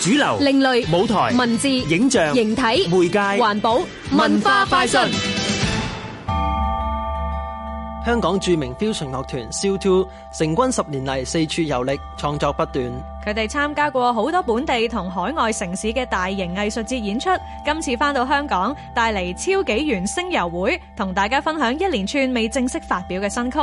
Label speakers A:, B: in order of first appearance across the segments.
A: 主流、
B: 另類
A: 舞台、
B: 文字、
A: 影像、
B: 形體、
A: 媒介、
B: 環保、文化快訊。
C: 香港著名 fusion 樂團 Seal Two 成軍十年嚟四處遊歷，創作不斷。
D: 佢哋參加過好多本地同海外城市嘅大型藝術節演出，今次翻到香港，帶嚟超紀元聲遊會，同大家分享一連串未正式發表嘅新曲。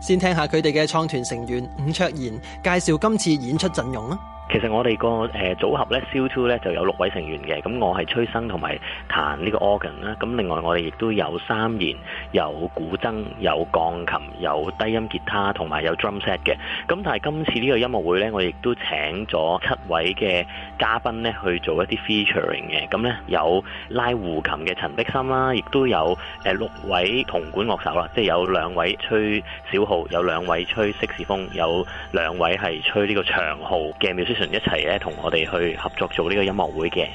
C: 先聽下佢哋嘅創團成員伍卓賢介紹今次演出陣容啦。
E: 其實我哋個誒組合咧，Seal Two 咧就有六位成員嘅，咁我係吹笙同埋彈呢個 organ 啦，咁另外我哋亦都有三弦、有古箏、有鋼琴、有低音吉他同埋有 drum set 嘅。咁但係今次呢個音樂會咧，我亦都請咗七位嘅嘉賓咧去做一啲 featuring 嘅，咁咧有拉胡琴嘅陳碧森啦，亦都有誒六位銅管樂手啦，即係有兩位吹小號，有兩位吹色士風，有兩位係吹呢個長號嘅 musician。一齊咧同我哋去合作做呢個音樂會嘅。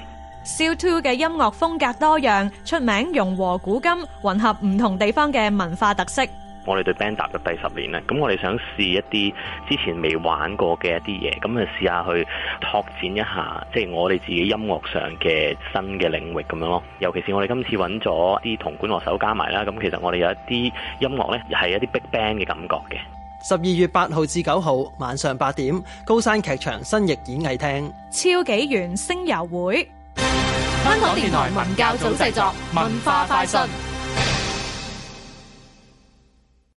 D: Seal Two 嘅音樂風格多樣，出名融和古今，混合唔同地方嘅文化特色。
E: 我哋對 band 踏入第十年啦，咁我哋想試一啲之前未玩過嘅一啲嘢，咁啊試下去拓展一下，即係我哋自己音樂上嘅新嘅領域咁樣咯。尤其是我哋今次揾咗啲銅管樂手加埋啦，咁其實我哋有一啲音樂呢，係一啲 big band 嘅感覺嘅。
C: 十二月八號至九號晚上八點，高山劇場新翼演藝廳。
D: 超紀元聲遊會。
B: 香港電台文教組製作，文化快訊。